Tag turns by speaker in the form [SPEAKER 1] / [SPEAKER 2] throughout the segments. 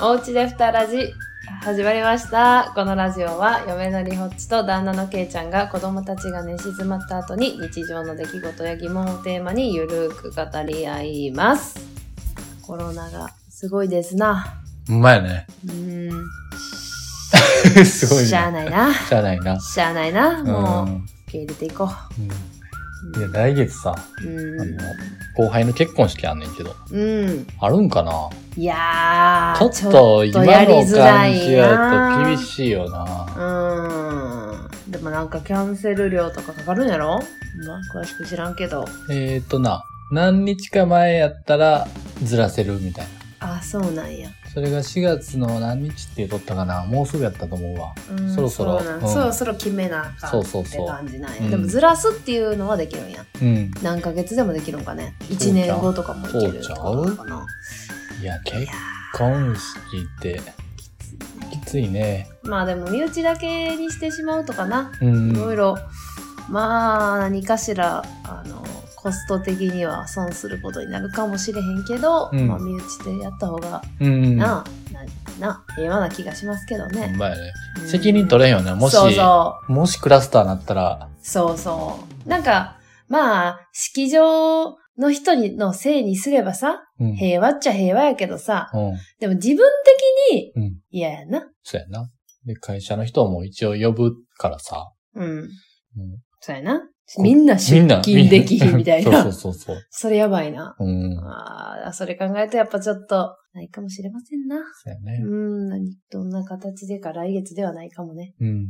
[SPEAKER 1] おうちでふたラジ始まりましたこのラジオは嫁のりほっちと旦那のけいちゃんが子供たちが寝静まった後に日常の出来事や疑問をテーマにゆるく語り合いますコロナがすごいですな
[SPEAKER 2] うまいね。
[SPEAKER 1] うーん
[SPEAKER 2] すごいね。
[SPEAKER 1] しゃあないな
[SPEAKER 2] じゃないな。
[SPEAKER 1] しゃあないなもう
[SPEAKER 2] うん
[SPEAKER 1] 受け入れていこ
[SPEAKER 2] うん。いや、来月さ、
[SPEAKER 1] うう
[SPEAKER 2] あ
[SPEAKER 1] ん
[SPEAKER 2] の、後輩の結婚式あんねんけど、
[SPEAKER 1] うん
[SPEAKER 2] あるんかない
[SPEAKER 1] やー
[SPEAKER 2] ちょっと今の
[SPEAKER 1] やりづら
[SPEAKER 2] 感
[SPEAKER 1] い
[SPEAKER 2] じ
[SPEAKER 1] な
[SPEAKER 2] やと厳しいよな。
[SPEAKER 1] うんでもなんかキャンセル料とかかかるんやろまあ詳しく知らんけど
[SPEAKER 2] えーとな、何日か前やったらずらせるみたい
[SPEAKER 1] あそうなんや
[SPEAKER 2] な。それが4月の何日って取ったかなもうすぐやったと思うわ。
[SPEAKER 1] うん
[SPEAKER 2] そろそろ
[SPEAKER 1] そうなん
[SPEAKER 2] うん
[SPEAKER 1] そろそろ決めなあかん
[SPEAKER 2] そう
[SPEAKER 1] っ
[SPEAKER 2] そう
[SPEAKER 1] て
[SPEAKER 2] そう
[SPEAKER 1] 感じなんや
[SPEAKER 2] うん
[SPEAKER 1] でもずらすっていうのはできるんや
[SPEAKER 2] うん。
[SPEAKER 1] 何ヶ月でもできるんかね
[SPEAKER 2] う
[SPEAKER 1] 1年後とかもいける
[SPEAKER 2] そうちゃう
[SPEAKER 1] かない
[SPEAKER 2] や、結婚式ってきついね。
[SPEAKER 1] まあでも身内だけにしてしまうとかな
[SPEAKER 2] うん。
[SPEAKER 1] いろいろまあ何かしらあのコスト的には損することになるかもしれへんけど、
[SPEAKER 2] うん
[SPEAKER 1] まあ、身内でやった方が
[SPEAKER 2] うん。
[SPEAKER 1] なあ、なな平和な気がしますけど
[SPEAKER 2] ほ
[SPEAKER 1] ね
[SPEAKER 2] ん。まやね。責任取れへんよね。もし、
[SPEAKER 1] そうそ
[SPEAKER 2] もしクラスターなったら、
[SPEAKER 1] う。そうそう。なんか、まあ、式場の人にのせいにすればさ、
[SPEAKER 2] うん。
[SPEAKER 1] 平和っちゃ平和やけどさ、
[SPEAKER 2] うん。
[SPEAKER 1] でも自分的に
[SPEAKER 2] うん。
[SPEAKER 1] 嫌やな。
[SPEAKER 2] そうやな。で、会社の人も一応呼ぶからさ。
[SPEAKER 1] うん。
[SPEAKER 2] うん、
[SPEAKER 1] そうやな。
[SPEAKER 2] こ
[SPEAKER 1] みんな出
[SPEAKER 2] みんな。
[SPEAKER 1] 勤できひんみたい
[SPEAKER 2] そう
[SPEAKER 1] な。
[SPEAKER 2] そうそうそう。
[SPEAKER 1] それやばいな。
[SPEAKER 2] うん。
[SPEAKER 1] ああ、それ考えるとやっぱちょっと、ないかもしれませんな。
[SPEAKER 2] そうや
[SPEAKER 1] う
[SPEAKER 2] ね。
[SPEAKER 1] ん、何どんな形でか来月ではないかもね。
[SPEAKER 2] うん。
[SPEAKER 1] うん。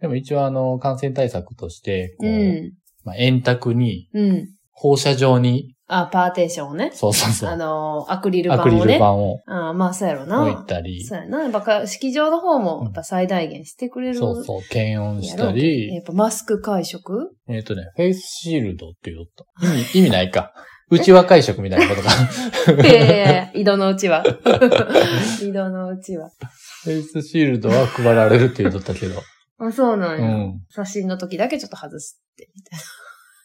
[SPEAKER 2] でも一応あの、感染対策として、こう、
[SPEAKER 1] う
[SPEAKER 2] まあ、円卓に、
[SPEAKER 1] ん。うん。
[SPEAKER 2] 放射状に、
[SPEAKER 1] あ、パーテーションをね。
[SPEAKER 2] そうそうそ
[SPEAKER 1] あ
[SPEAKER 2] う、
[SPEAKER 1] のーアクリル
[SPEAKER 2] ア
[SPEAKER 1] 板
[SPEAKER 2] クリ
[SPEAKER 1] を
[SPEAKER 2] ル
[SPEAKER 1] ね。
[SPEAKER 2] 板を
[SPEAKER 1] あーまあ、そうやろな。
[SPEAKER 2] 置いたり、
[SPEAKER 1] そうやな。やっぱか、式場の方も、やっぱ最大限してくれる。
[SPEAKER 2] そうそう、検温し
[SPEAKER 1] やろ
[SPEAKER 2] た
[SPEAKER 1] うけど
[SPEAKER 2] り
[SPEAKER 1] や、っぱマスク会食
[SPEAKER 2] えっ、とね、フェイスシールドっていうのとった。意味、意味な いか。うちは会食みたいなことか。
[SPEAKER 1] いやいやいや井戸のう ちは。井戸のうちは。
[SPEAKER 2] フェイスシールドは配られるって言うとったけど。
[SPEAKER 1] あ、そうなん
[SPEAKER 2] う
[SPEAKER 1] や。
[SPEAKER 2] ん。
[SPEAKER 1] 写真の時だけちょっと外すって、みたい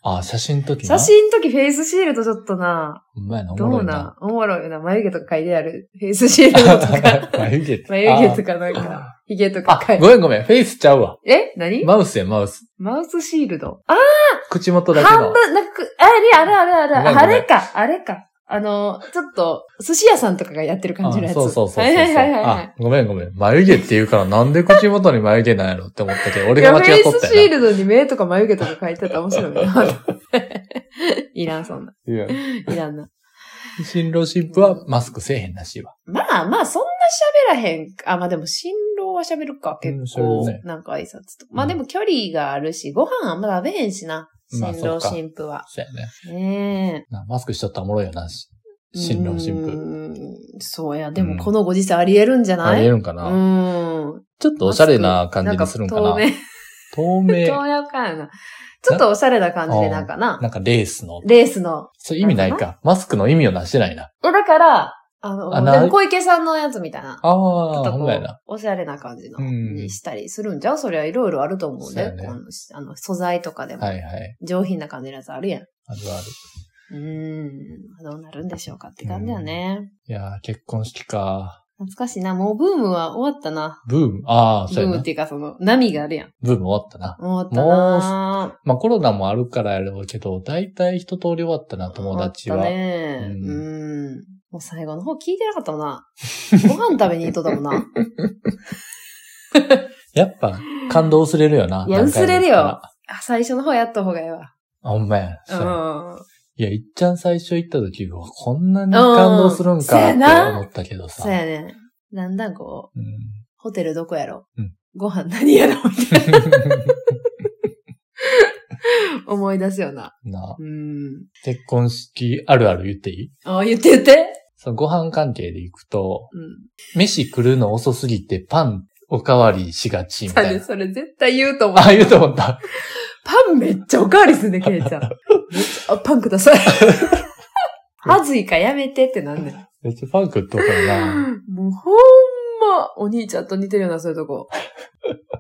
[SPEAKER 2] あ、写真の時
[SPEAKER 1] な。
[SPEAKER 2] な。
[SPEAKER 1] 写真の時フェイスシールドちょっとな、
[SPEAKER 2] ほんまやな、お
[SPEAKER 1] ど
[SPEAKER 2] もろ
[SPEAKER 1] う
[SPEAKER 2] いな。
[SPEAKER 1] な、おもろいよな。眉毛とか書いてある。フェイスシールドとか。
[SPEAKER 2] 眉毛とか。
[SPEAKER 1] 眉毛とかなん か、髭とか
[SPEAKER 2] あ
[SPEAKER 1] 書い
[SPEAKER 2] ごめんごめん、フェイスちゃうわ。
[SPEAKER 1] え何
[SPEAKER 2] マウスや、マウス。
[SPEAKER 1] マウスシールド
[SPEAKER 2] 口元だけ
[SPEAKER 1] 半
[SPEAKER 2] の。
[SPEAKER 1] 分、なんか、あれ、あれ、あれ、あれ、
[SPEAKER 2] ごめん
[SPEAKER 1] あれか、あれか。あの、ちょっと、寿司屋さんとかがやってる感じのや
[SPEAKER 2] あ
[SPEAKER 1] つ。
[SPEAKER 2] そうそうそうそう。
[SPEAKER 1] はいはいはいはいはい。
[SPEAKER 2] あ、ごめんごめん。眉毛って言うからなんで口元に眉毛なんやろって思ったけど、俺
[SPEAKER 1] い
[SPEAKER 2] が
[SPEAKER 1] やフ
[SPEAKER 2] 間
[SPEAKER 1] ェ
[SPEAKER 2] 違
[SPEAKER 1] イ
[SPEAKER 2] っとっ
[SPEAKER 1] ス
[SPEAKER 2] た
[SPEAKER 1] シー
[SPEAKER 2] よな。
[SPEAKER 1] ルドに目とか眉毛とか書いてたら面白い な。 いらん、そんな。
[SPEAKER 2] いや
[SPEAKER 1] いらんな。
[SPEAKER 2] 新郎新婦はマスクせえへんらしいわ。
[SPEAKER 1] まあまあ、そんな喋らへん。あ、まあでも、新郎は喋るか、結
[SPEAKER 2] うん
[SPEAKER 1] 構。
[SPEAKER 2] 喋るね
[SPEAKER 1] なんか挨拶と。まあでも、距離があるし、ご飯あんま食べへんしな。
[SPEAKER 2] まあ
[SPEAKER 1] 新郎
[SPEAKER 2] そっか
[SPEAKER 1] 新婦は。
[SPEAKER 2] そうやね。
[SPEAKER 1] ねえ。
[SPEAKER 2] なマスクしとったらおもろいよな、し新郎新婦。
[SPEAKER 1] 婦。そうや、でも、このご時世ありえるんじゃ
[SPEAKER 2] あ
[SPEAKER 1] ない
[SPEAKER 2] りえるんかな、
[SPEAKER 1] うん。
[SPEAKER 2] ちょっとおしゃれな感じにするんかな
[SPEAKER 1] なんか
[SPEAKER 2] 透
[SPEAKER 1] 透
[SPEAKER 2] 明
[SPEAKER 1] 明、。透明感やな。ちょっとおしゃれな感じでなんかな。
[SPEAKER 2] なんかレースの。
[SPEAKER 1] レースの。
[SPEAKER 2] そう意味ないか。マスクの意味をなしてないな。
[SPEAKER 1] え、だから、あの、
[SPEAKER 2] あ
[SPEAKER 1] で
[SPEAKER 2] な
[SPEAKER 1] も小池さんのやつみたいな。
[SPEAKER 2] あ
[SPEAKER 1] ちょっ
[SPEAKER 2] あ、
[SPEAKER 1] と
[SPEAKER 2] ほん
[SPEAKER 1] こ
[SPEAKER 2] まやな。
[SPEAKER 1] う、おしゃれな感じの、
[SPEAKER 2] うん
[SPEAKER 1] にしたりするんじゃうそれはいろいろあると思う
[SPEAKER 2] そう
[SPEAKER 1] ね
[SPEAKER 2] や。ね
[SPEAKER 1] このあの、素材とかでも
[SPEAKER 2] は、いはい。
[SPEAKER 1] 上品な感じのやつあるやん。
[SPEAKER 2] あるあ
[SPEAKER 1] う
[SPEAKER 2] る。
[SPEAKER 1] ーん。どうなるんでしょうかって感じだね。
[SPEAKER 2] いやー、結婚式か。
[SPEAKER 1] 懐かしいな。もうブームは終わったな。
[SPEAKER 2] ブーム。ああ、
[SPEAKER 1] ブ
[SPEAKER 2] そう
[SPEAKER 1] ー
[SPEAKER 2] や
[SPEAKER 1] ム
[SPEAKER 2] な
[SPEAKER 1] っていうかその、波があるやん。
[SPEAKER 2] ブーム終わったな。
[SPEAKER 1] 終わったな
[SPEAKER 2] まあコロナもあるからやろうけど、大体一通り終わったな、友達は。
[SPEAKER 1] あったね。う
[SPEAKER 2] うん
[SPEAKER 1] ん。もう最後の方聞いてなかったもんな。 ご飯食べに行っとったもんな。
[SPEAKER 2] やっぱ感動薄れるよな。
[SPEAKER 1] いや
[SPEAKER 2] 何回も言った
[SPEAKER 1] 薄れ
[SPEAKER 2] ら
[SPEAKER 1] るよ。あ最初の方やった方がええわ。。
[SPEAKER 2] あほんまや。そううんや
[SPEAKER 1] あ
[SPEAKER 2] いや、いっちゃん最初行った時、うわこんなに感動するんかって思ったけどさ。
[SPEAKER 1] そうやね。だんだんこう、
[SPEAKER 2] うん
[SPEAKER 1] ホテルどこやろ、
[SPEAKER 2] うん
[SPEAKER 1] ご飯何やろみたい な思い出すよな。
[SPEAKER 2] なあ
[SPEAKER 1] うん。
[SPEAKER 2] 結婚式あるある言っていい
[SPEAKER 1] あ、言って言って。
[SPEAKER 2] そのご飯関係で行くと、
[SPEAKER 1] う
[SPEAKER 2] 飯来るの遅すぎてパンおかわりしがちみ
[SPEAKER 1] ん。だ
[SPEAKER 2] た
[SPEAKER 1] っ
[SPEAKER 2] い
[SPEAKER 1] て
[SPEAKER 2] な。
[SPEAKER 1] それ絶対言うと思う。
[SPEAKER 2] ああ、言うと思った。
[SPEAKER 1] パンめっちゃおかわりすんね、ケイ ちゃん。めっちゃあ、パンください。はずいかやめてってなんねん。
[SPEAKER 2] めっちゃパン食っとったよな。
[SPEAKER 1] もうほんま、お兄ちゃんと似てるよな、そういうと こ。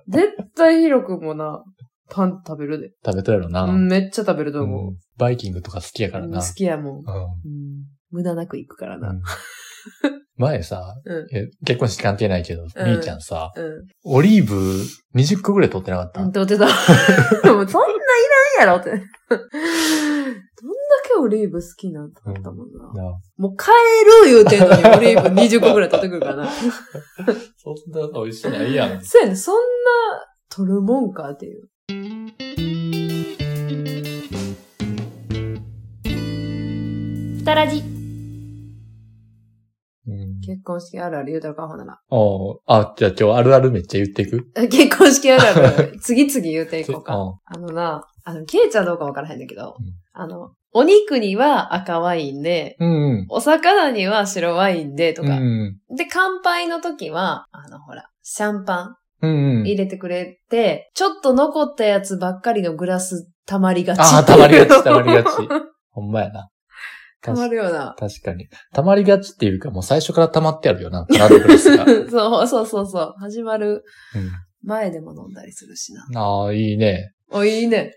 [SPEAKER 1] 絶対ヒロ君もな、パン食べるで。
[SPEAKER 2] 食べたやろな。
[SPEAKER 1] うん、めっちゃ食べると思う。
[SPEAKER 2] うんバイキングとか好きやから
[SPEAKER 1] うん
[SPEAKER 2] な。
[SPEAKER 1] 好きやもん。
[SPEAKER 2] う
[SPEAKER 1] う
[SPEAKER 2] ん。
[SPEAKER 1] ん無駄なく行くからな。
[SPEAKER 2] うん前さ、
[SPEAKER 1] うん
[SPEAKER 2] いや結婚式関係ないけど、
[SPEAKER 1] うん
[SPEAKER 2] みーちゃんさ、
[SPEAKER 1] うん。
[SPEAKER 2] オリーブ20個ぐらい取ってなかった、
[SPEAKER 1] うん、どうて たもうそんないらんやろって。どんだけオリーブ好きなんだったもんな。
[SPEAKER 2] なあ
[SPEAKER 1] もう帰る言うてんのにオリーブ20個ぐらい取ってくるからな。
[SPEAKER 2] そんな美味しないやん。
[SPEAKER 1] そうやね、そんな取るもんかっていう。ふたらじ。
[SPEAKER 2] うん、
[SPEAKER 1] 結婚式あるある言うたらかほなら。
[SPEAKER 2] おうあ、じゃあ今日あるあるめっちゃ言っていく
[SPEAKER 1] え結婚式あるある、次々言うていこうか。
[SPEAKER 2] ん
[SPEAKER 1] あのな、あの、ケイちゃんどうかわからへんだけど、
[SPEAKER 2] うん
[SPEAKER 1] あの、お肉には赤ワインで、
[SPEAKER 2] うんうん。
[SPEAKER 1] お魚には白ワインで、と
[SPEAKER 2] うん
[SPEAKER 1] か。
[SPEAKER 2] うん。
[SPEAKER 1] で、乾杯の時は、あの、ほら、シャンパン。
[SPEAKER 2] うんうん
[SPEAKER 1] 入。れてくれて、ちょっと残ったやつばっかりのグラス溜まりがち。
[SPEAKER 2] ああ、溜まりがち、溜まりがち。ほんまやな。
[SPEAKER 1] 溜まるような。
[SPEAKER 2] 確かに。溜まりがちっていうか、もう最初から溜まってあるよな、ラドプ レスが。うん、
[SPEAKER 1] そうそうそうそう。始まる前でも飲んだりするしな。
[SPEAKER 2] ああ、いいね。
[SPEAKER 1] お、いいね。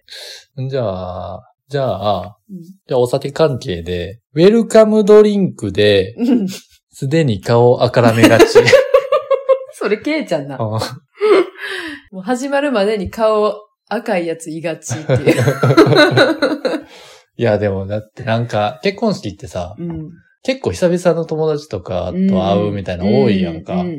[SPEAKER 2] じゃあ、じゃあ、
[SPEAKER 1] うん
[SPEAKER 2] じゃあお酒関係で、ウェルカムドリンクで、
[SPEAKER 1] うん。
[SPEAKER 2] すでに顔をあからめ がち。
[SPEAKER 1] それ、ケイちゃんな。も
[SPEAKER 2] うん
[SPEAKER 1] う始まるまでに顔赤いやついがちっていう。
[SPEAKER 2] いや、でもだってなんか、結婚式ってさ、
[SPEAKER 1] うん。
[SPEAKER 2] 結構久々の友達とかと会うみたいなの多いやんか。
[SPEAKER 1] うんうん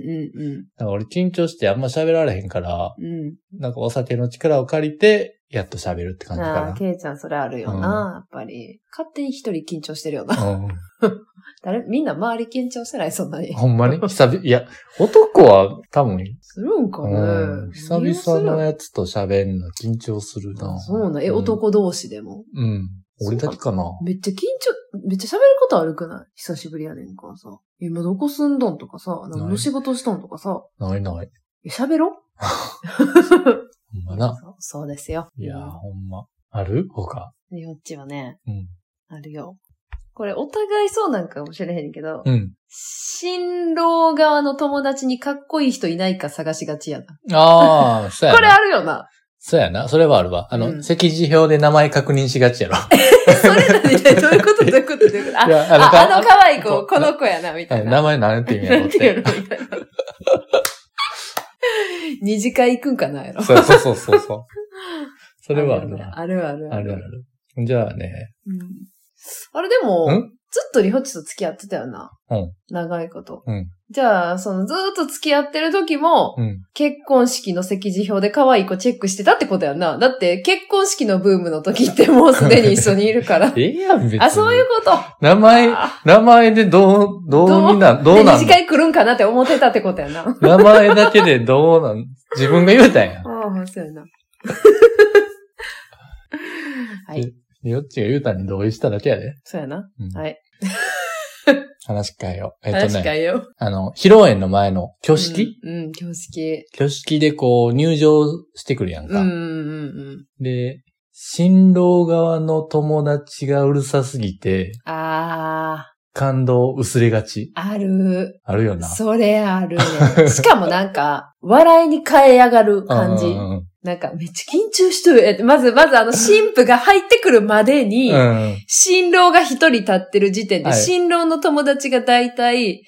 [SPEAKER 2] なんか俺緊張してあんま喋られへんから、
[SPEAKER 1] うんうん。
[SPEAKER 2] なんかお酒の力を借りて、やっと喋るって
[SPEAKER 1] う
[SPEAKER 2] 感
[SPEAKER 1] ん。
[SPEAKER 2] じ
[SPEAKER 1] ああ、
[SPEAKER 2] か
[SPEAKER 1] ケイちゃんそれあるよな、やっぱり。勝手に一人緊張してるよな。
[SPEAKER 2] な。うん。
[SPEAKER 1] 誰、みんな周り緊張してない、そんなに。
[SPEAKER 2] ほん まに久々、いや、男は多分、
[SPEAKER 1] するんかね
[SPEAKER 2] うん、久
[SPEAKER 1] 何をする
[SPEAKER 2] 々のやつと喋るの緊張するな。
[SPEAKER 1] そうな。え、
[SPEAKER 2] ん。
[SPEAKER 1] 男同士でも。
[SPEAKER 2] うん。俺だけかな。
[SPEAKER 1] めっちゃ緊張、めっちゃ喋ることあるくない久しぶりやねんからさ。今どこ住んどんとかさ、何の仕事しとんとかさ。
[SPEAKER 2] ないない。
[SPEAKER 1] え喋ろ
[SPEAKER 2] ほんまな。
[SPEAKER 1] そうそうですよ。
[SPEAKER 2] いやー、ほんま。ある他。
[SPEAKER 1] でよっちはね、
[SPEAKER 2] うん
[SPEAKER 1] あるよ。これお互いそうなんかもしれへんけど、
[SPEAKER 2] うん。
[SPEAKER 1] 新郎側の友達にかっこいい人いないか探しがちやな。
[SPEAKER 2] あ あ、そうや
[SPEAKER 1] これあ
[SPEAKER 2] な。
[SPEAKER 1] るよ な。
[SPEAKER 2] そうやな。それはあるわ。あ
[SPEAKER 1] う
[SPEAKER 2] の、
[SPEAKER 1] ん
[SPEAKER 2] 席次表で名前確認しがちやろ。
[SPEAKER 1] それなりでどういうことどういうことどういうことあ
[SPEAKER 2] い、や
[SPEAKER 1] ああの
[SPEAKER 2] か
[SPEAKER 1] 可愛い子、この子やな、みたい
[SPEAKER 2] え
[SPEAKER 1] な。
[SPEAKER 2] 名前何て言うんや
[SPEAKER 1] な
[SPEAKER 2] ろ
[SPEAKER 1] ん
[SPEAKER 2] って
[SPEAKER 1] やろ
[SPEAKER 2] て。
[SPEAKER 1] みたいな。 二次会行くんかなやろ。
[SPEAKER 2] そうそうそうそ うそう。それはあるわ。
[SPEAKER 1] あるある
[SPEAKER 2] あるあ。る。じゃあね。
[SPEAKER 1] うんあれでも、
[SPEAKER 2] ん
[SPEAKER 1] ずっとリホッチと付き合ってたよな。
[SPEAKER 2] うん
[SPEAKER 1] 長いこと。
[SPEAKER 2] うん
[SPEAKER 1] じゃあ、そのずーっと付き合ってる時も、
[SPEAKER 2] うん。。
[SPEAKER 1] 結婚式の席次表で可愛い子チェックしてたってことやんな。だって結婚式のブームの時ってもうすでに一緒にいるから
[SPEAKER 2] ええやん、別に。
[SPEAKER 1] あ、そういうこと。
[SPEAKER 2] 名前、
[SPEAKER 1] あ
[SPEAKER 2] 名前でどう、どうになん、
[SPEAKER 1] ー
[SPEAKER 2] どう
[SPEAKER 1] で
[SPEAKER 2] な
[SPEAKER 1] 二
[SPEAKER 2] ん
[SPEAKER 1] 次
[SPEAKER 2] の
[SPEAKER 1] 会来るんかなって思ってたってことやな。
[SPEAKER 2] 名前だけでどうなん、自分が言うたんや。
[SPEAKER 1] ああ、そう やな。はい。
[SPEAKER 2] よっちが言うたんに同意しただけやで。
[SPEAKER 1] そうやな。
[SPEAKER 2] うん
[SPEAKER 1] はい。
[SPEAKER 2] 話変えよう。えっと
[SPEAKER 1] 確か
[SPEAKER 2] ね、
[SPEAKER 1] によ。
[SPEAKER 2] あの、披露宴の前の挙式、
[SPEAKER 1] うん、うん挙式。
[SPEAKER 2] 挙式でこう入場してくるやん
[SPEAKER 1] うん、
[SPEAKER 2] か。
[SPEAKER 1] うん、うん。
[SPEAKER 2] で、新郎側の友達がうるさすぎて、
[SPEAKER 1] あ
[SPEAKER 2] 感動薄れがち。
[SPEAKER 1] ー、ある。
[SPEAKER 2] あるよな。
[SPEAKER 1] それあるね。 しかもなんか、笑いに変え上がる感
[SPEAKER 2] う
[SPEAKER 1] じ
[SPEAKER 2] ん。うん
[SPEAKER 1] なんか、めっちゃ緊張しとる。えまず、まずあ の、新婦が入ってくるまでに、
[SPEAKER 2] うん。うん
[SPEAKER 1] 新郎が一人立ってる時点で、
[SPEAKER 2] はい
[SPEAKER 1] 新郎の友達が大体、めっ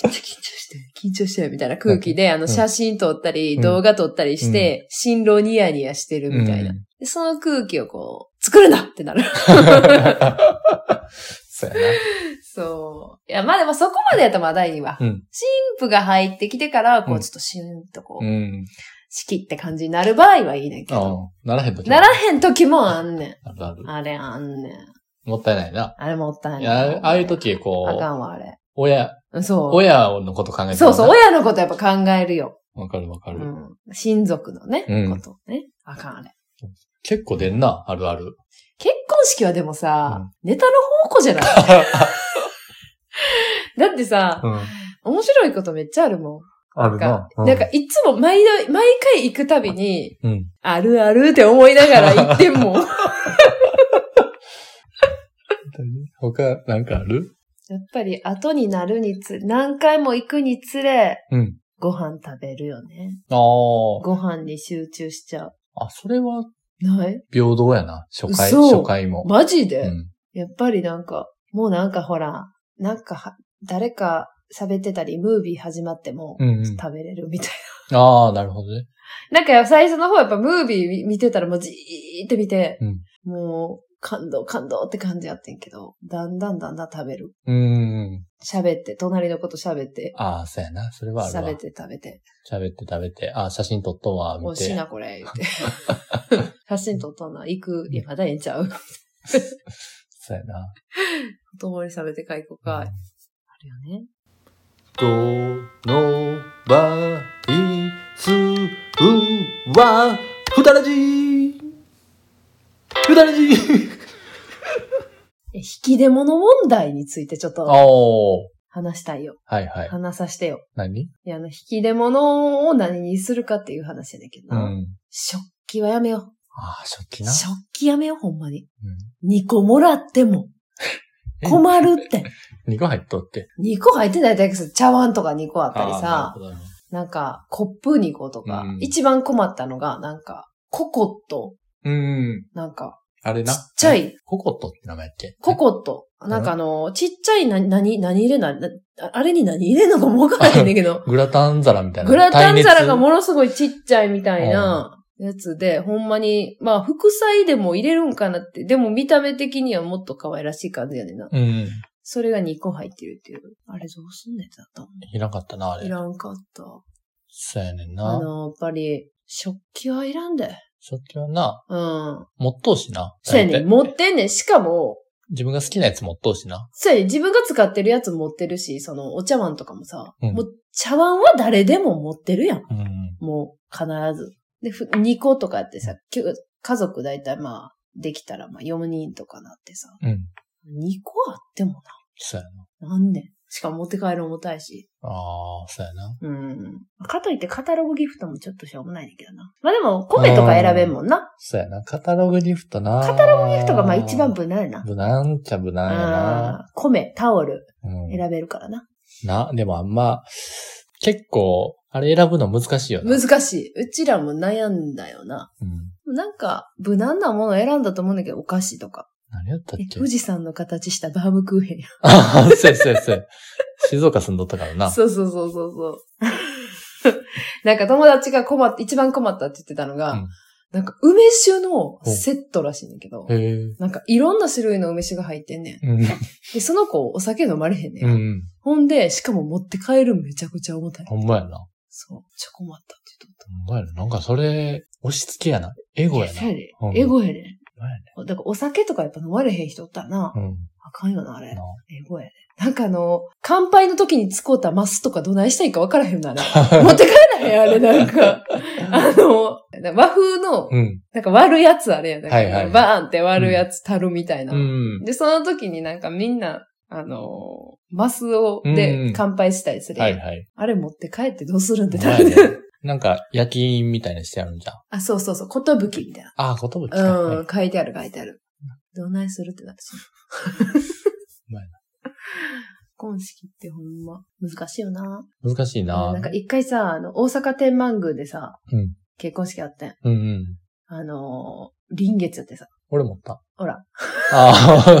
[SPEAKER 1] ちゃ緊張してる、緊張してるみたいな空気で、あの、
[SPEAKER 2] ん
[SPEAKER 1] 写真撮ったり、
[SPEAKER 2] うん
[SPEAKER 1] 動画撮ったりして、新郎ニヤニヤしてるみたいな。
[SPEAKER 2] うん
[SPEAKER 1] でその空気をこう、作るなってなる。
[SPEAKER 2] そうや
[SPEAKER 1] そう。いや、まあでもそこまでやったらまだいいわ。
[SPEAKER 2] うん
[SPEAKER 1] 新婦が入ってきてから、こ
[SPEAKER 2] う
[SPEAKER 1] う、
[SPEAKER 2] ん
[SPEAKER 1] ちょっとシューンとこ
[SPEAKER 2] な。う
[SPEAKER 1] う、
[SPEAKER 2] ん。
[SPEAKER 1] 仕切って感じになる場合はいいねんけ
[SPEAKER 2] あ
[SPEAKER 1] ど。
[SPEAKER 2] あ、ならへんときも
[SPEAKER 1] ならへん時もあんね
[SPEAKER 2] あるある
[SPEAKER 1] ん。あれあんねん。
[SPEAKER 2] もったいないな。
[SPEAKER 1] あれもったいない。
[SPEAKER 2] いや、ああいう時、こ
[SPEAKER 1] あか
[SPEAKER 2] う、
[SPEAKER 1] んわ、あれ。
[SPEAKER 2] 親、
[SPEAKER 1] うんそう。
[SPEAKER 2] 親のこと考えてる
[SPEAKER 1] そうそう、。親のことやっぱ考えるよ。
[SPEAKER 2] わかるわか
[SPEAKER 1] う
[SPEAKER 2] る、
[SPEAKER 1] ん。親族のね、
[SPEAKER 2] うん
[SPEAKER 1] ことをね。あかんあれ。
[SPEAKER 2] 結構出んな、あるある。
[SPEAKER 1] 結婚式はでもさ、ネタの宝庫じゃないだってさ、
[SPEAKER 2] うん。
[SPEAKER 1] 面白いことめっちゃあるもん。
[SPEAKER 2] あ
[SPEAKER 1] な
[SPEAKER 2] る
[SPEAKER 1] んか
[SPEAKER 2] な。、う
[SPEAKER 1] なんか、いつも毎度、毎回行くたびに、
[SPEAKER 2] うん。
[SPEAKER 1] あるあるって思いながら行ってん もん。
[SPEAKER 2] 他、なんかある
[SPEAKER 1] やっぱり後になるにつ、何回も行くにつれ、
[SPEAKER 2] うん。
[SPEAKER 1] ご飯食べるよね。
[SPEAKER 2] ああ。
[SPEAKER 1] ご飯に集中しちゃう。
[SPEAKER 2] あ、それは
[SPEAKER 1] ない
[SPEAKER 2] 平等やな。初回、
[SPEAKER 1] 嘘
[SPEAKER 2] 初回も。
[SPEAKER 1] マジで、
[SPEAKER 2] うん。
[SPEAKER 1] やっぱりなんか、もうなんかほら、なんかは、誰か喋ってたり、ムービー始まっても、
[SPEAKER 2] うんうん
[SPEAKER 1] 食べれるみたい
[SPEAKER 2] ああ、なるほどね。
[SPEAKER 1] な。 なんか最初の方やっぱムービー見てたらもうじーって見て、
[SPEAKER 2] うん
[SPEAKER 1] もう感動感動って感じやってんけど、だんだんだんだん食べる。
[SPEAKER 2] うん。
[SPEAKER 1] 喋って、隣のこと喋って、
[SPEAKER 2] ああ、そうやな。それはあるわ。
[SPEAKER 1] 喋って食べて、
[SPEAKER 2] 喋って食べて。ああ、写真撮っとんわ、
[SPEAKER 1] お
[SPEAKER 2] 見
[SPEAKER 1] いしい
[SPEAKER 2] て
[SPEAKER 1] な。これ、言って。 写真撮ったな、行く、いや、まだええんちゃう。
[SPEAKER 2] そうやな。
[SPEAKER 1] おともり喋って開こうか。あ
[SPEAKER 2] うん
[SPEAKER 1] るよね。
[SPEAKER 2] とのばいつうはふたらじふたらじ
[SPEAKER 1] え引き出物問題についてちょっと
[SPEAKER 2] おー。
[SPEAKER 1] 話したいよ。
[SPEAKER 2] はいはい。
[SPEAKER 1] 話させてよ。
[SPEAKER 2] 何
[SPEAKER 1] いや、あの、引き出物を何にするかっていう話やねんけど
[SPEAKER 2] う
[SPEAKER 1] な。
[SPEAKER 2] ん。
[SPEAKER 1] 食器はやめよ
[SPEAKER 2] ああ、食器
[SPEAKER 1] う。
[SPEAKER 2] な。
[SPEAKER 1] 食器やめよう、ほんまに。
[SPEAKER 2] うん。
[SPEAKER 1] 2個もらっても
[SPEAKER 2] え
[SPEAKER 1] 困るって。
[SPEAKER 2] 2個入っとって。
[SPEAKER 1] 2個入ってないだけど、茶碗とか2個あったりさ
[SPEAKER 2] ああ、なるほどなるほど
[SPEAKER 1] なんか、コップ2個とか、
[SPEAKER 2] うん
[SPEAKER 1] 一番困ったのが、なんか、ココット、
[SPEAKER 2] うん。
[SPEAKER 1] なんか、
[SPEAKER 2] あれ
[SPEAKER 1] ち
[SPEAKER 2] な。
[SPEAKER 1] っちゃ
[SPEAKER 2] い。
[SPEAKER 1] い、
[SPEAKER 2] ココットって名前やっけ
[SPEAKER 1] ココット、なんかあの、ちっちゃいな、何、何入れない、なあれに何入れんのかもわからへんねんけど、
[SPEAKER 2] グラタン皿みたい な。
[SPEAKER 1] グラタン皿が
[SPEAKER 2] う。
[SPEAKER 1] ものすごいちっちゃいみたいなやつで、ほんまに、まあ、副菜でも入れるんかなって、でも見た目的にはもっと可愛らしい感じやねんな。
[SPEAKER 2] うん。
[SPEAKER 1] それが2個入ってるっていう。あれどうすんねんってなったも
[SPEAKER 2] いらんかったな、あ
[SPEAKER 1] ん。い
[SPEAKER 2] れ。
[SPEAKER 1] らんかった。
[SPEAKER 2] そうやねん
[SPEAKER 1] あ
[SPEAKER 2] な。
[SPEAKER 1] の、やっぱり、食器はいらんで。
[SPEAKER 2] 食器はな、
[SPEAKER 1] うん。
[SPEAKER 2] 持っとうしな。
[SPEAKER 1] そうやね
[SPEAKER 2] 大
[SPEAKER 1] ん。
[SPEAKER 2] 体
[SPEAKER 1] 持ってんねん。しかも、
[SPEAKER 2] 自分が好きなやつ持っとうしな。
[SPEAKER 1] そうやねん。自分が使ってるやつ持ってるし、その、お茶碗とかもさ、
[SPEAKER 2] うん
[SPEAKER 1] もう、茶碗は誰でも持ってるやん。
[SPEAKER 2] うん。
[SPEAKER 1] もう必ず。で、ふ2個とかってさ、きゅ家族だいたいまあ、できたらまあ4人とかなってさ、
[SPEAKER 2] うん。
[SPEAKER 1] 2個あっても
[SPEAKER 2] そうや
[SPEAKER 1] な、
[SPEAKER 2] な。
[SPEAKER 1] なんねん。しかも持って帰る重たいし。
[SPEAKER 2] ああ、そうやな。
[SPEAKER 1] うん。かといってカタログギフトもちょっとしょうもないんだけどな。まあでも、米とか選べんもんな。
[SPEAKER 2] そうやな。カタログギフトな。カ
[SPEAKER 1] カタログギフトがまあ一番無難やな。
[SPEAKER 2] 無難っちゃ無難やな。
[SPEAKER 1] あー米、タオル
[SPEAKER 2] うん。
[SPEAKER 1] 選べるからな。
[SPEAKER 2] な、でもあんま、結構、あれ選ぶの難しいよな。
[SPEAKER 1] 難しい。うちらも悩んだよな。
[SPEAKER 2] うん。
[SPEAKER 1] なんか、無難なもの選んだと思うんだけど、お菓子とか。
[SPEAKER 2] 何やったっ
[SPEAKER 1] え
[SPEAKER 2] け
[SPEAKER 1] 富士山の形したバームクーヘンや
[SPEAKER 2] ああ、そうやそうやそうや。 静岡住んどったからな。
[SPEAKER 1] そうそうそうそう そう。なんか友達が困っ一番困ったって言ってたのが、
[SPEAKER 2] うん
[SPEAKER 1] なんか梅酒のセットらしいねんだけど、
[SPEAKER 2] へえ。
[SPEAKER 1] なんかいろんな種類の梅酒が入ってんねん。
[SPEAKER 2] うん。
[SPEAKER 1] で、その子お酒飲まれへんねん。
[SPEAKER 2] うん。
[SPEAKER 1] ほんで、しかも持って帰るめちゃくちゃ重たい。
[SPEAKER 2] ほんまやな。
[SPEAKER 1] そう。めっちゃ困ったって言っとっ
[SPEAKER 2] ほんまやな。なんかそれ、押し付けやな。エ
[SPEAKER 1] た。
[SPEAKER 2] ゴやな。
[SPEAKER 1] そうやで
[SPEAKER 2] うん
[SPEAKER 1] エゴやね
[SPEAKER 2] なんや
[SPEAKER 1] ん。だからお酒とかやっぱ飲まれへん人おったらな、
[SPEAKER 2] うん。
[SPEAKER 1] あかんよな、あれ
[SPEAKER 2] な。
[SPEAKER 1] エゴやねん。なんかあの、乾杯の時に使うたマスとかどないしたいかわからへんよな、あれ。持って帰らへん、あれ、なん か。あの、和風の、
[SPEAKER 2] うん。
[SPEAKER 1] なんか割るやつあれやね、
[SPEAKER 2] はいはい
[SPEAKER 1] バーンって割るやつたるみたいな、
[SPEAKER 2] うん。
[SPEAKER 1] で、その時になんかみんな、あのーマスを、
[SPEAKER 2] うん
[SPEAKER 1] で、乾杯したりするや
[SPEAKER 2] は
[SPEAKER 1] ん、
[SPEAKER 2] いはい。
[SPEAKER 1] あれ持って帰ってどうするんって
[SPEAKER 2] ほん
[SPEAKER 1] な
[SPEAKER 2] まや
[SPEAKER 1] る、
[SPEAKER 2] ねなんか、焼き印みたいにしてあるんじゃん。
[SPEAKER 1] あ、そうそうそう、ことぶきみたい
[SPEAKER 2] ああ、ことぶき
[SPEAKER 1] な。
[SPEAKER 2] か。
[SPEAKER 1] う
[SPEAKER 2] はい
[SPEAKER 1] ん、書いてある書いてある。どないするってなってそう。
[SPEAKER 2] うまい
[SPEAKER 1] 婚式ってほんま、難しいよな。
[SPEAKER 2] 難しいな。
[SPEAKER 1] なんか一回さ、あの、大阪天満宮でさ、
[SPEAKER 2] うん
[SPEAKER 1] 結婚式あってん。
[SPEAKER 2] うんうん。
[SPEAKER 1] あのー臨月やってさ、
[SPEAKER 2] 俺持った。
[SPEAKER 1] ほら。
[SPEAKER 2] あ あ。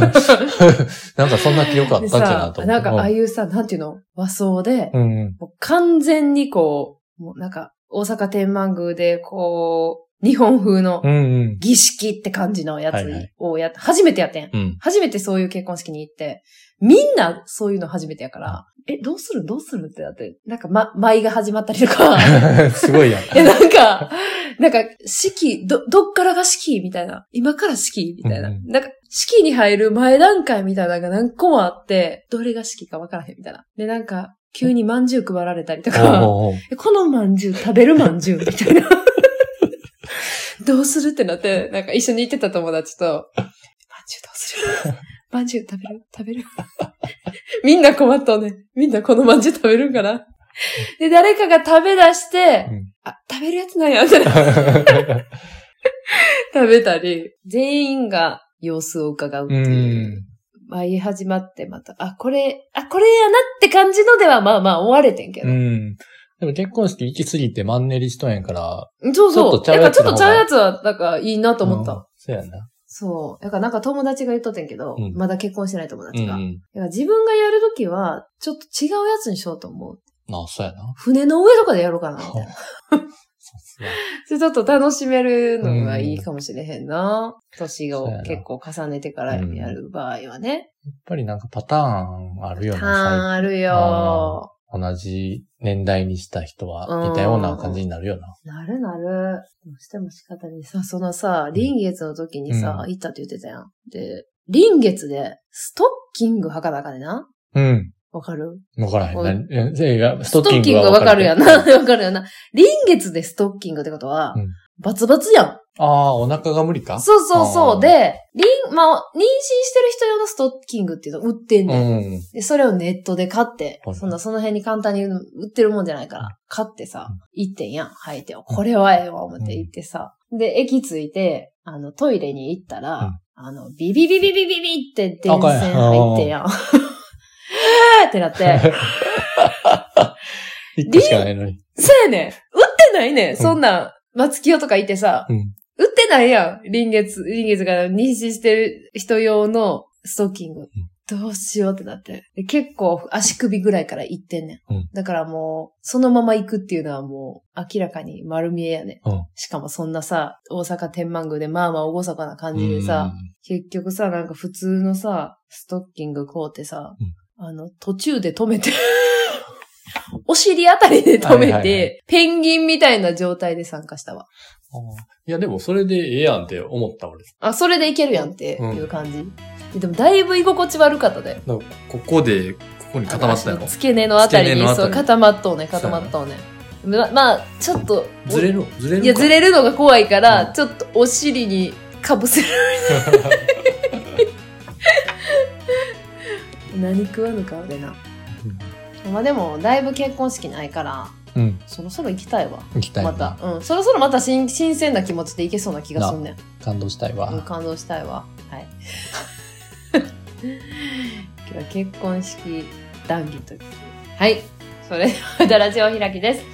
[SPEAKER 2] なんかそんな記憶あったんじ
[SPEAKER 1] で
[SPEAKER 2] ゃなと
[SPEAKER 1] さ
[SPEAKER 2] 思って。
[SPEAKER 1] なんか、ああいうさ、なんていうの和装で、
[SPEAKER 2] うんうん。
[SPEAKER 1] もう完全にこう、もうなんか、大阪天満宮で、こう、日本風の
[SPEAKER 2] うんうん。
[SPEAKER 1] 儀式って感じのや
[SPEAKER 2] はいはい
[SPEAKER 1] つをやっ、初めてやってん。
[SPEAKER 2] うん。
[SPEAKER 1] 初めてそういう結婚式に行って、みんなそういうの初めてやから、え、どうするどうするってなって、なんか、ま、舞が始まったりと か、
[SPEAKER 2] すごいやん。
[SPEAKER 1] いや、なんか、なんか、式、ど、どっからが式みたいな。今から式みたいな。
[SPEAKER 2] うんうん
[SPEAKER 1] なんか、式に入る前段階みたいなのが何個もあって、どれが式かわからへんみたいな。で、なんか、急に饅頭配られたりとか、
[SPEAKER 2] おうおうおう
[SPEAKER 1] えこの饅頭食べる饅頭みたいな。 どうするってなって、なんか一緒に行ってた友達と、饅頭どうする饅頭食べる食べる みんな困ったね。みんなこの饅頭食べるんかなで、誰かが食べ出して、
[SPEAKER 2] うん
[SPEAKER 1] あ、食べるやつなんや、みた いな食べたり、全員が様子を伺うって
[SPEAKER 2] う
[SPEAKER 1] いう。
[SPEAKER 2] ん。
[SPEAKER 1] 舞い始まってまた、あ、これ、あ、これやなって感じのでは、まあまあ、終われてんけど。
[SPEAKER 2] うん。でも結婚式行き過ぎてマンネリしとんやから。
[SPEAKER 1] そうそう。
[SPEAKER 2] ちょっとちゃう
[SPEAKER 1] なん
[SPEAKER 2] や
[SPEAKER 1] か
[SPEAKER 2] つ
[SPEAKER 1] ちょ
[SPEAKER 2] の
[SPEAKER 1] っと
[SPEAKER 2] 方が
[SPEAKER 1] ちゃうやつは、なんかいいなと思った。
[SPEAKER 2] うんそうやな。
[SPEAKER 1] そう。だからなんか友達が言っとってんけど、
[SPEAKER 2] うん
[SPEAKER 1] まだ結婚してない友達
[SPEAKER 2] うん、う
[SPEAKER 1] が。だか
[SPEAKER 2] ん。
[SPEAKER 1] ら自分がやるときは、ちょっと違うやつにしようと思う。
[SPEAKER 2] あ、そうやな。
[SPEAKER 1] 船の上とかでやろうか な、みたいな。
[SPEAKER 2] さすが。
[SPEAKER 1] それちょっと楽しめるのがいいかもしれへん な。年
[SPEAKER 2] そうや
[SPEAKER 1] を
[SPEAKER 2] な
[SPEAKER 1] 結構重ねてからやる場合はね。
[SPEAKER 2] やっぱりなんかパターンあるよ
[SPEAKER 1] たー
[SPEAKER 2] ね、
[SPEAKER 1] んあるよ。
[SPEAKER 2] 最近同じ年代にした人
[SPEAKER 1] う
[SPEAKER 2] は
[SPEAKER 1] ん
[SPEAKER 2] 似たような感じになるよな。
[SPEAKER 1] なるなる。どうしても仕方にさ、そのさ、臨月の時にさ、
[SPEAKER 2] う
[SPEAKER 1] 行ったって言ってたやん。で、臨月で、ストッキング履かなあかんねんな。
[SPEAKER 2] うん。
[SPEAKER 1] わかる
[SPEAKER 2] わからへん
[SPEAKER 1] お
[SPEAKER 2] 何え。せいが、ス
[SPEAKER 1] ス
[SPEAKER 2] ト
[SPEAKER 1] ト
[SPEAKER 2] ッキ
[SPEAKER 1] ッ
[SPEAKER 2] ン
[SPEAKER 1] キ
[SPEAKER 2] グ
[SPEAKER 1] ング
[SPEAKER 2] は
[SPEAKER 1] はわかるやんな。
[SPEAKER 2] あ
[SPEAKER 1] わかるやんな。臨月でストッキングってことは、
[SPEAKER 2] うん
[SPEAKER 1] バツバツやん。
[SPEAKER 2] あー、お腹が無理か
[SPEAKER 1] そうそう
[SPEAKER 2] あ
[SPEAKER 1] そ
[SPEAKER 2] ー
[SPEAKER 1] う。で、臨、まあ、妊娠してる人用のストッキングっていうの売ってんねん。
[SPEAKER 2] うん。
[SPEAKER 1] で、それをネットで買って
[SPEAKER 2] は、い
[SPEAKER 1] そんな、その辺に簡単に売ってるもんじゃないか
[SPEAKER 2] うん
[SPEAKER 1] ら、買ってさ
[SPEAKER 2] うん、
[SPEAKER 1] 行ってんやん、履いてよ。これはええわ、思って行ってさ。で、駅着いて、あの、トイレに行った
[SPEAKER 2] う
[SPEAKER 1] ら
[SPEAKER 2] ん、
[SPEAKER 1] あの、ビビビビビビビって電線入ってんやん。えー ってなって、
[SPEAKER 2] 一個しかないのに。
[SPEAKER 1] せやねん売ってないねんそんなん、松清とか行ってさ、
[SPEAKER 2] うん
[SPEAKER 1] 売ってないやん臨月、臨月から妊娠してる人用のストッキング。どうしようってなって。で結構足首ぐらいから行ってんねん。
[SPEAKER 2] うん
[SPEAKER 1] だからもう、そのまま行くっていうのはもう、明らかに丸見えやね、
[SPEAKER 2] うん
[SPEAKER 1] しかもそんなさ、大阪天満宮でまあまあ厳かな感じでさ、結局さ、なんか普通のさ、ストッキング買うてさ、
[SPEAKER 2] うん
[SPEAKER 1] あの、途中で止めて、 お尻あたりで止めて、
[SPEAKER 2] はいはいはい
[SPEAKER 1] ペンギンみたいな状態で参加したわ。
[SPEAKER 2] うん。あーいや、でもそれでええやんって思った俺。
[SPEAKER 1] あ、それでいけるやんっていう感じ。でもだいぶ居心地悪かったで。
[SPEAKER 2] なんかここで、ここに固まってた
[SPEAKER 1] あ
[SPEAKER 2] や
[SPEAKER 1] の
[SPEAKER 2] ろ
[SPEAKER 1] 足の。付け根のあたり
[SPEAKER 2] 付
[SPEAKER 1] に、
[SPEAKER 2] け根のあた
[SPEAKER 1] そ
[SPEAKER 2] り
[SPEAKER 1] う、固まっとうね、固まっとうね。ままあ、ちょっと、
[SPEAKER 2] ずれるずれる
[SPEAKER 1] いや、ずれ
[SPEAKER 2] る。
[SPEAKER 1] るのが怖いから、
[SPEAKER 2] うん
[SPEAKER 1] ちょっとお尻にかぶせ る。何食わぬ顔でな。まあでも、だいぶ結婚式ないから、
[SPEAKER 2] うん。
[SPEAKER 1] そろそろ行きたいわ。
[SPEAKER 2] 行きたい。
[SPEAKER 1] また。、うん。そろそろまた新新鮮な気持ちでいけそうな気がすんねん。
[SPEAKER 2] 感動したい
[SPEAKER 1] うん
[SPEAKER 2] わ。
[SPEAKER 1] 感動したいわ。はい。今日は結婚式談義というはい。それでは、ダラジオ開きです。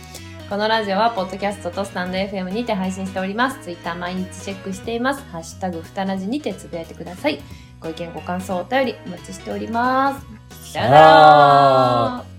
[SPEAKER 1] このラジオは、ポッドキャストとスタンド FM にて配信しております。ツイッター毎日チェックしています。ハッシュタグ、ふたらじにてつぶやいてください。ご意見、ご感想、お便りお待ちしております。さよな
[SPEAKER 2] さよな
[SPEAKER 1] ら